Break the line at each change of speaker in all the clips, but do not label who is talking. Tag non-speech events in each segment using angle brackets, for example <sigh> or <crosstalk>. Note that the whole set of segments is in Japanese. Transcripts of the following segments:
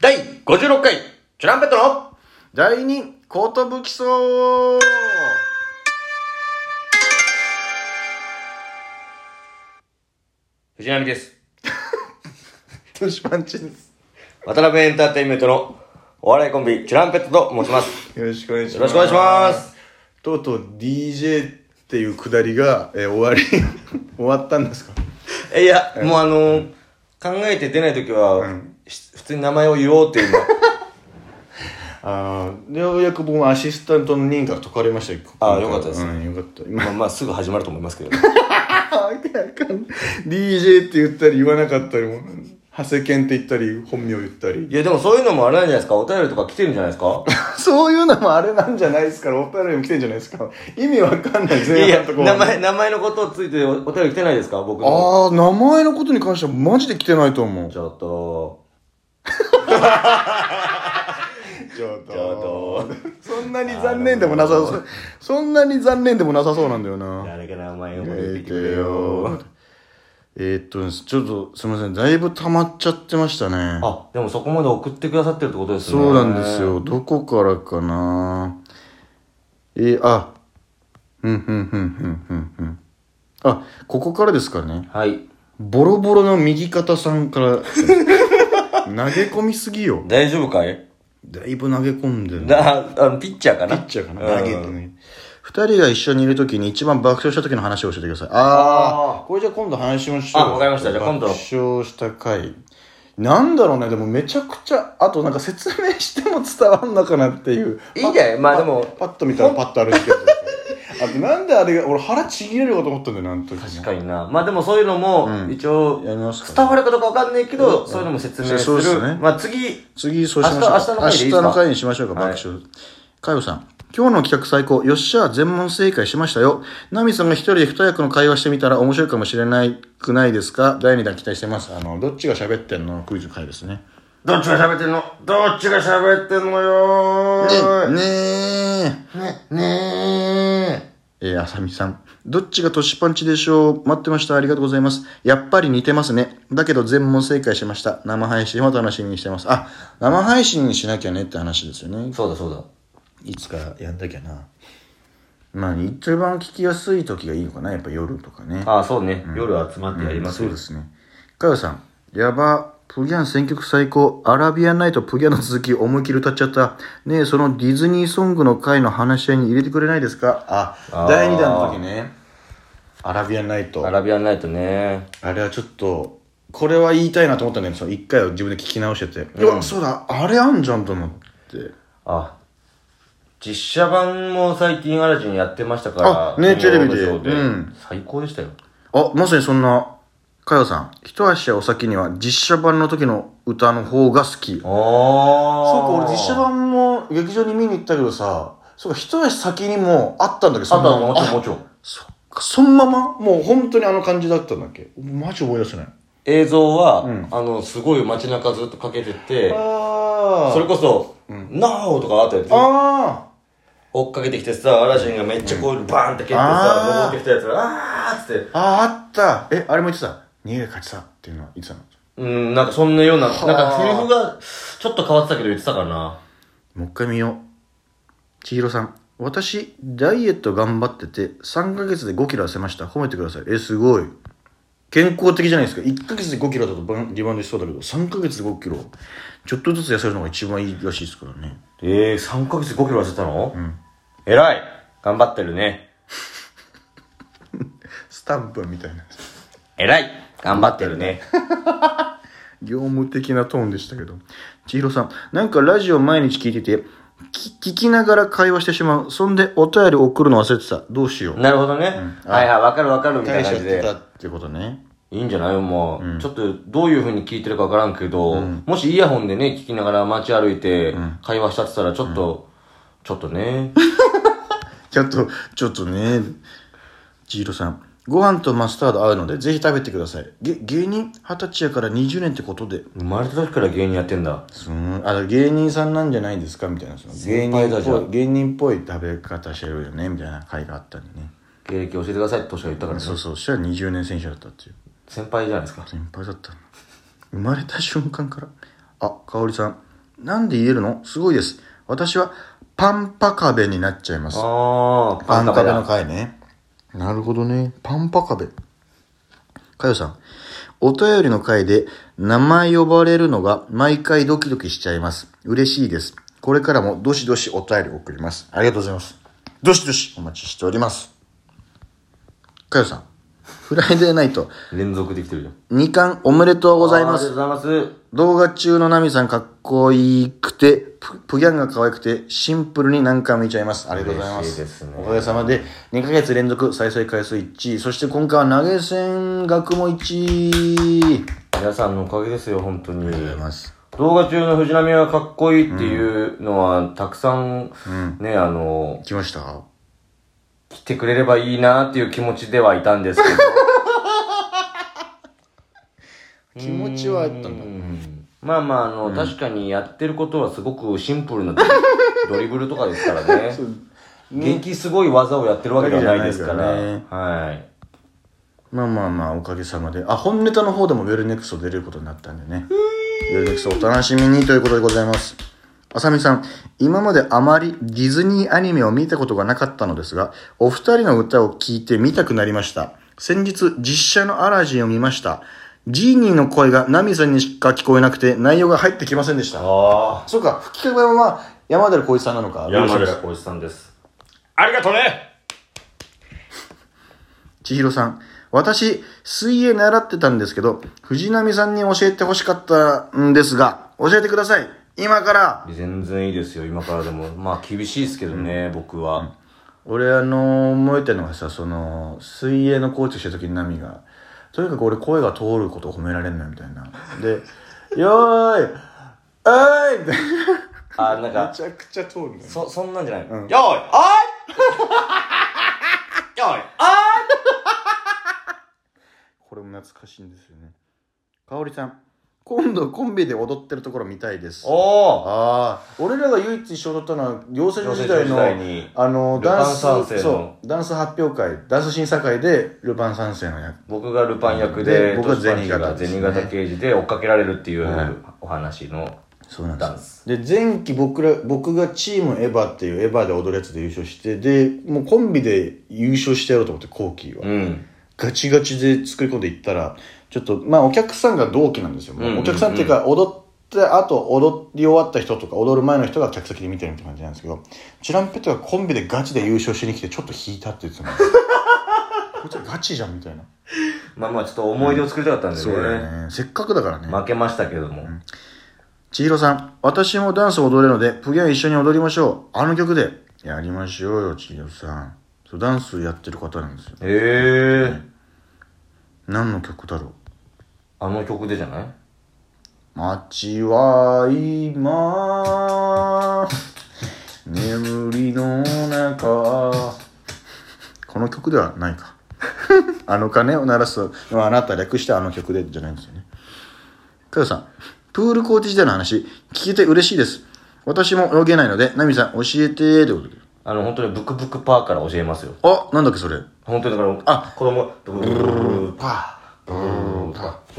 第56回、チュランペットの
第2、コート武器層
藤波です。
トシパンチです。
渡辺エンターテインメントのお笑いコンビ、チュランペットと申します。
よろしくお願いします。
よろしくお願いします。
とうとう DJ っていうくだりが、えー終わり、 <laughs> 終わったんですか
えいや、もうあのー考えて出ない時は、
うん
し普通に名前を言おうっていうのは
ああ、ようやく僕もアシスタントの認可が解かれましたよ
あーよかったです
うん、よかった。
<laughs>
今、
まあ、まあ、すぐ始まると思いますけど。
あーあかん DJ って言ったり言わなかったりも、長谷健って言ったり、本名言ったり。
いや、でもそういうのもあれなんじゃないですかお便りとか来てるんじゃないですか
<laughs> そういうのもあれなんじゃないですから、お便りも来てんじゃないですか。意味わかんな
<laughs>
い、
い
前
や、
半と後
名
半
前、名前のことをついておお便り来てないですか僕の。
ああ、名前のことに関してはマジで来てないと思う。
ちょっと、
ちょっ
ちょっ
そんなに残念でもなさそう。そんなに残念でもなさそうなんだよな。
誰か名前
え
を言って
ー
きてくれよ。
えーっと、ちょっとすみません。だいぶ溜まっちゃってましたね。
あ、でもそこまで送ってくださってるってことですね。
そうなんです。よ。どこからかなえー、あ、うん、うん、うん、うん、うん、うん。あ、ここからですかね。
はい。
ボロボロの右肩さん <laughs> から、投げ込みすぎよ。
大丈夫かい
だいぶ投げ込んでるな。
な、あの、ピッチャーかな
ピッチャーか
うん
な。投げてね。二人が一緒にいるときに一番爆笑したときの話を教えてください。ああ、これじゃあ今度話しましょう。
あわかりましたじゃあ今度
爆笑した回。なんだろうね、でもめちゃくちゃ、あとなんか説明しても伝わんのかなっていう。
いいんじゃないまあでも
パッと見たらパッとあるけど。 <laughs> あとなんであれが、俺腹ちぎれるかと思ったんだよね、あの時ね。
確かにな。まあでもそういうのも、
ん
一応、
やりますか
伝わるかどうかわかんないけど、そういうのも説明する。
そうですね
まあ次、
次、そうしましょう。
明日明日の回でいいですか
明日の回にしましょうか、
はい
爆笑。海保さん。今日の企画最高。よっしゃ、全問正解しましたよ。ナミさんが一人で二役の会話してみたら面白いかもしれないくないですか第二弾期待してます。あの、どっちが喋ってんのクイズ回ですね。
どっちが喋ってんのどっちが喋ってんのよー
ねえ。
ね、ねえ。
えー、あさみさん。どっちが年パンチでしょう待ってました。ありがとうございます。やっぱり似てますね。だけど全問正解しました。生配信を楽しみにしてます。あ、生配信にしなきゃねって話ですよね。
そうだそうだ。
いつかやんなきゃな。まあ、一番聞きやすい時がいいのかな。やっぱ夜とかね。
ああ、そうね。夜集まってやります
そう
よ
で。すね。かよさん、やば。プギャン選曲最高。アラビアンナイトプギャンの続き思い切り歌っちゃった。ねえ、そのディズニーソングの回の話し合いに入れてくれないですかあ、
あー
第2弾の時ね。アラビアンナイト
ア。ラビアンナイトね。
あれはちょっと、これは言いたいなと思ったんだけど、その一回は自分で聞き直してて。うわ、そうだ、あれあんじゃんと思って。
あ、実写版も最近アラジンやってましたから。
あね
金曜ロード
テレビで
ショー
うん
最高でしたよ。
あ、まさにそんな、かよさん、一足お先には実写版の時の歌の方が好き。そう
あ
か、
あ。
俺実写版も劇場に見に行ったけどさ、そうか、一足先にもうあったんだけど、
あと
その
は
ま
も
ま
ちろん
あ
もちろん。
そっか、そのままもう本当にあの感じだったんだっけマジ思い出せない。
映像は、
ん
あの、すごい街中ずっとかけてて、
あ
それこそ、なおとかあったやつ。
あ
追っかけてきてさ、アラジンがめっちゃこう、バーンって蹴ってさ
あ、ー
登ってきたやつが、あーっつって、
あああったえ、あれも言ってた。逃げる勝ちさっていうのは言ってたの
うん、なんかそんなような、なん
ー
かセリフがちょっと変わってたけど言ってたからな。
もう一回見よう。千尋さん。私、ダイエット頑張ってて、3ヶ月で5キロ痩せました。褒めてください。え、すごい。健康的じゃないですか。1ヶ月で5キロだとバンリバウンドしそうだけど、3ヶ月で5キロ。ちょっとずつ痩せるのが一番いいらしいですからね。
ええー、3ヶ月5キロ痩せたのうん。偉い頑張ってるね。
スタンプみたいな。
偉い頑張ってるね。
業務的なトーンでしたけど。千尋さん、なんかラジオ毎日聞いてて、き聞きながら会話してしまう。そんでお便り送るの忘れてた。どうしよ
<laughs>
う。
なるほどね。はいはい、わかるわかるみたいな
し
感
っ
じ
て
で
た。ってことね。
いいんじゃないもう、ちょっとどういう風に聞いてるかわからんけど、もしイヤホンでね、聞きながら街歩いて、会話したってたら、ちょっと、ちょっとね。
ちょっと、ちょっとね、ジーロさん。ご飯とマスタード合うので、ぜひ食べてください。げ芸人二十歳やから20年ってことで。
生まれた時から芸人やってんだ。
そのあ芸人さんなんじゃないんですかみたいな。その芸
先輩
人
だ
っ
じゃ
ぽ
ん
い、芸人っぽい食べ方してるよね、みたいな回があったんでね。
芸歴教えてくださいって年が言ったからね。
そうそう、そしたら20年選手だったっていう。
先輩じゃないですか。
先輩だったの。生まれた瞬間から。あ、かおりさん。なんで言えるのすごいです。私はパンパ壁になっちゃいます。
ああ、
パン壁
だ
の回ね。なるほどね。パンパ壁。かよさん。お便りの回で名前呼ばれるのが毎回ドキドキしちゃいます。嬉しいです。これからもどしどしお便り送ります。ありがとうございます。どしどしお待ちしております。かよさん。フライデーナイト。
連続できてるじゃん。
2巻おめでとうございま
あ
す。
りがとうございます。
動画中のナミさんかっこいいくて、ププギャンが可愛くて、シンプルに何回も見ちゃいます。ありがとうございます。
嬉しいですね
おかげさまで、2ヶ月連続再生回数1位。そして今回は投げ銭額も1位。
皆さんのおかげですよ、本当に。
ます。
動画中の藤波はかっこいいっていうのは、たくさん、ね、あの、
来ました
来てくれればいいなっていう気持ちではいたんですけど。
気持ちはあったんだ
うんまあまあ、あの、確かにやってることはすごくシンプル <laughs> なドリブルとかですからね。元気すごい技をやってるわけじゃないですから。
わけじゃないです
はい。
まあまあまあ、おかげさまで。あ、本ネタの方でもウェルネクスト出れることになったんでね。ウェルネクストお楽しみにということでございます。あさみさん、今まであまりディズニーアニメを見たことがなかったのですが、お二人の歌を聴いて見たくなりました。先日、実写のアラジンを見ました。ジーニーの声がナミさんにしか聞こえなくて、内容が入ってきませんでした。
あ
そうか、吹き替え版は山寺宏一さんなのか。
あ山
どうし
寺
ます
浩一さんです。ありがとうね
千尋さん。私、水泳習ってたんですけど、藤波さんに教えてほしかったんですが、教えてください今から
全然いいですよ、今からでも。まあ、厳しいですけどね、僕は。
俺、あのー、思えてるのがさ、その、水泳のコーチしてる時に波が、とにかく俺声が通ることを褒められんのよみたいな。で、 <laughs> よーいおーいみたい
あ、なん
な。
か、
ゃくちゃ通るね。
そ、そんなんじゃない。よーいおい <laughs> よーいおい
これも懐かしいんですよね。かおりさん、今度コンビで踊ってるところ見たいです。
おー
ああ俺らが唯一賞取ったのは養成所時代の
養成所時代に
あの
ルパン
ダンス
三世の
そうダンス発表会ダンス審査会でルパン三世の役
僕がルパン役で、
で僕は
トシパンチ
銭形
が
ですね
銭形刑事で追っかけられるっていうお話の
そうなん
ダン
す
ス。
で前期僕ら僕がチームエヴァっていうエヴァで踊るやつで優勝してでもうコンビで優勝してやろうと思って後期は、
うん。
ガチガチで作り込んでいったらちょっとまあお客さんが同期なんですよ、
んうんうん
お客さんっていうか踊った後踊り終わった人とか踊る前の人が客席で見てるみたいな感じなんですけどチランペットがコンビでガチで優勝しに来てちょっと引いたって言ってたもん <laughs> こいつらガチじゃんみたいな
まあまあ、ちょっと思い出を作りたかったんでね。
ねせっかくだからね
負けましたけども。
千尋さん、私もダンス踊れるので、プギャン一緒に踊りましょう。あの曲で。やりましょうよ、千尋さん。そう、ダンスやってる方なんですよ。
へえ。
何の曲だろう
あの曲でじゃない
街は今、眠りの中。この曲ではないか。あの鐘を鳴らすのはあなた略してあの曲でじゃないんですよね。かよさん、プールコーチ時代の話、聞けて嬉しいです。私も泳げないので、ナミさん教えて、ということで。
あの、本当にブクブクパーから教えますよ。
あ、なんだっけそれ。
本当にだから、
あ
子供、ブルルルルル
パー。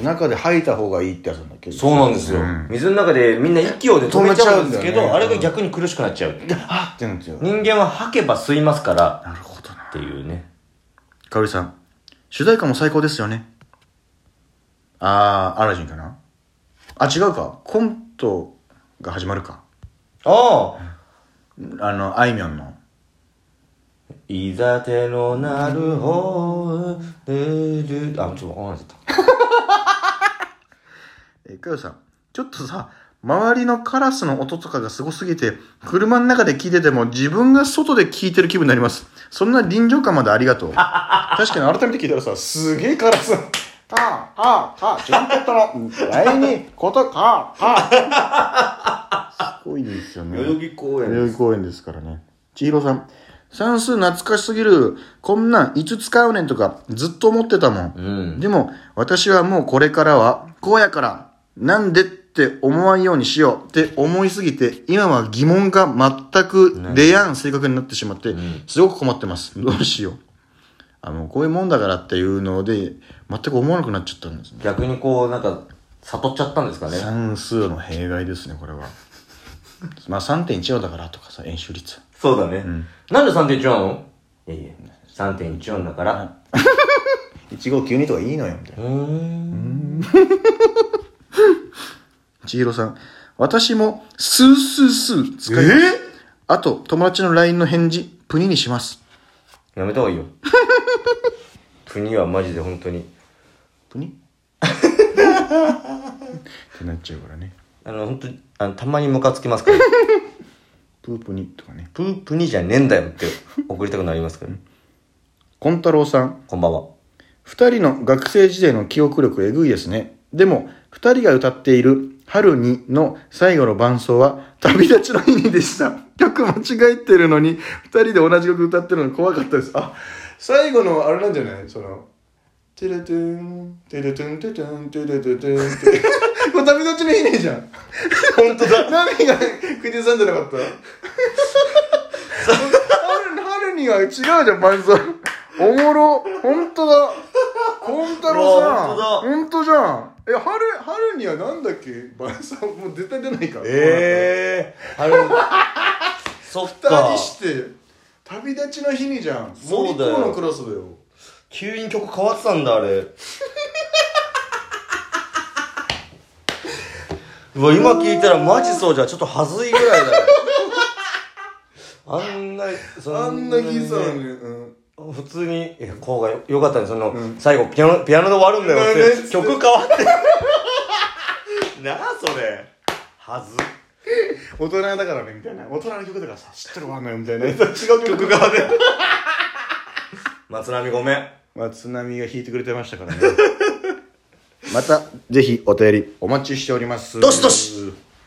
中で吐いた方がいいってやつなんだっけど。
そうなんですよ、水の中でみんな息をで止めちゃうんですけど、
止めちゃうんだよね
あれが逆に苦しくなっちゃう。
あってなんですよ。
人間は吐けば吸いますから、
なるほどな。
っていうね。
かおりさん、主題歌も最高ですよね。あー、アラジンかなあ、違うか。コントが始まるか。
ああ
あの、あいみょんの。
いざ手のなる方でる、あ、ちょっとわかんなかった。
え、かよさん、ちょっとさ、周りのカラスの音とかがすごすぎて、車の中で聞いてても自分が外で聞いてる気分になります。そんな臨場感までありがとう。 <laughs> 確かに改めて聞いたらさ、すげえカラス。ああ、ああ、ああ、ジャンペットの、第二、こと、ああ、 <laughs> ああ。すごいですよね。
木公
代々木公園ですからね。千尋さん。算数懐かしすぎる。こんなんいつ使うねんとかずっと思ってたもん。
うん
でも私はもうこれからはこうやからなんでって思わんようにしようって思いすぎて今は疑問が全く出やん性格になってしまってすごく困ってます。どうしよう。あの、こういうもんだからっていうので全く思わなくなっちゃったんですね。
逆にこう、なんか、悟っちゃったんですかね。
算数の弊害ですね、これは。まあ3.1話だからとかさ、演習率。
そうだね。なんで3.14なのいやいや、3.14だから。
1592とかいいのよ、みたいな。
うーん。
千尋さん、私もスースースー使います。あと、友達の LINE の返事、プニにします。
やめた方がいいよ。 <laughs> プニはマジで本当に。
プニってなっちゃうからね。
あの、本当に、あの、たまにムカつきます <laughs> から。
プープニとかね。
プープニじゃねえんだよって送りたくなりますから。
コンタロウさん、
こんばんは。
二人の学生時代の記憶力えぐいですね。でも、二人が歌っている春にの最後の伴奏は旅立ちの日にでした。曲間違えてるのに、二人で同じ曲歌ってるの怖かったです。あ、最後のあれなんじゃないその、テレトゥン、テレトゥン、テレトゥン、テレトゥン、テレトゥンって。これ旅立ちの日ねえじゃん。
本当だ。
何が口ずさんじゃなかった春春には違うじゃん伴奏おもろ本当だコンタロウさん
うわ
本当じゃんえ春春にはなんだっけ伴奏もう絶対出ないから
ええー。あれ、そっ
こうなったら
か
二人。して旅立ちの日にじゃん
そ
森
うだよ
高のクラスだよ
急に曲変わってたんだ、あれ。 <laughs> うわ、今聞いたらマジそうじゃん。ちょっと恥ずいぐらいだよ。あんな、そ
あんなギさんねうん
普通に、いや、こうがよよかったね。その、最後、ピアノ、ピアノで終わるんだよっ
ね
て、曲変わって。 <laughs> なあ、それ。はず。
大人だからねみたいな大人の曲だからさ知ってるわんのよみたいな違う
曲
曲
変わって。松並ごめん。
松波が弾いてくれて
<laughs>
ましたからねまたぜひお便りお待ちしております
どしどし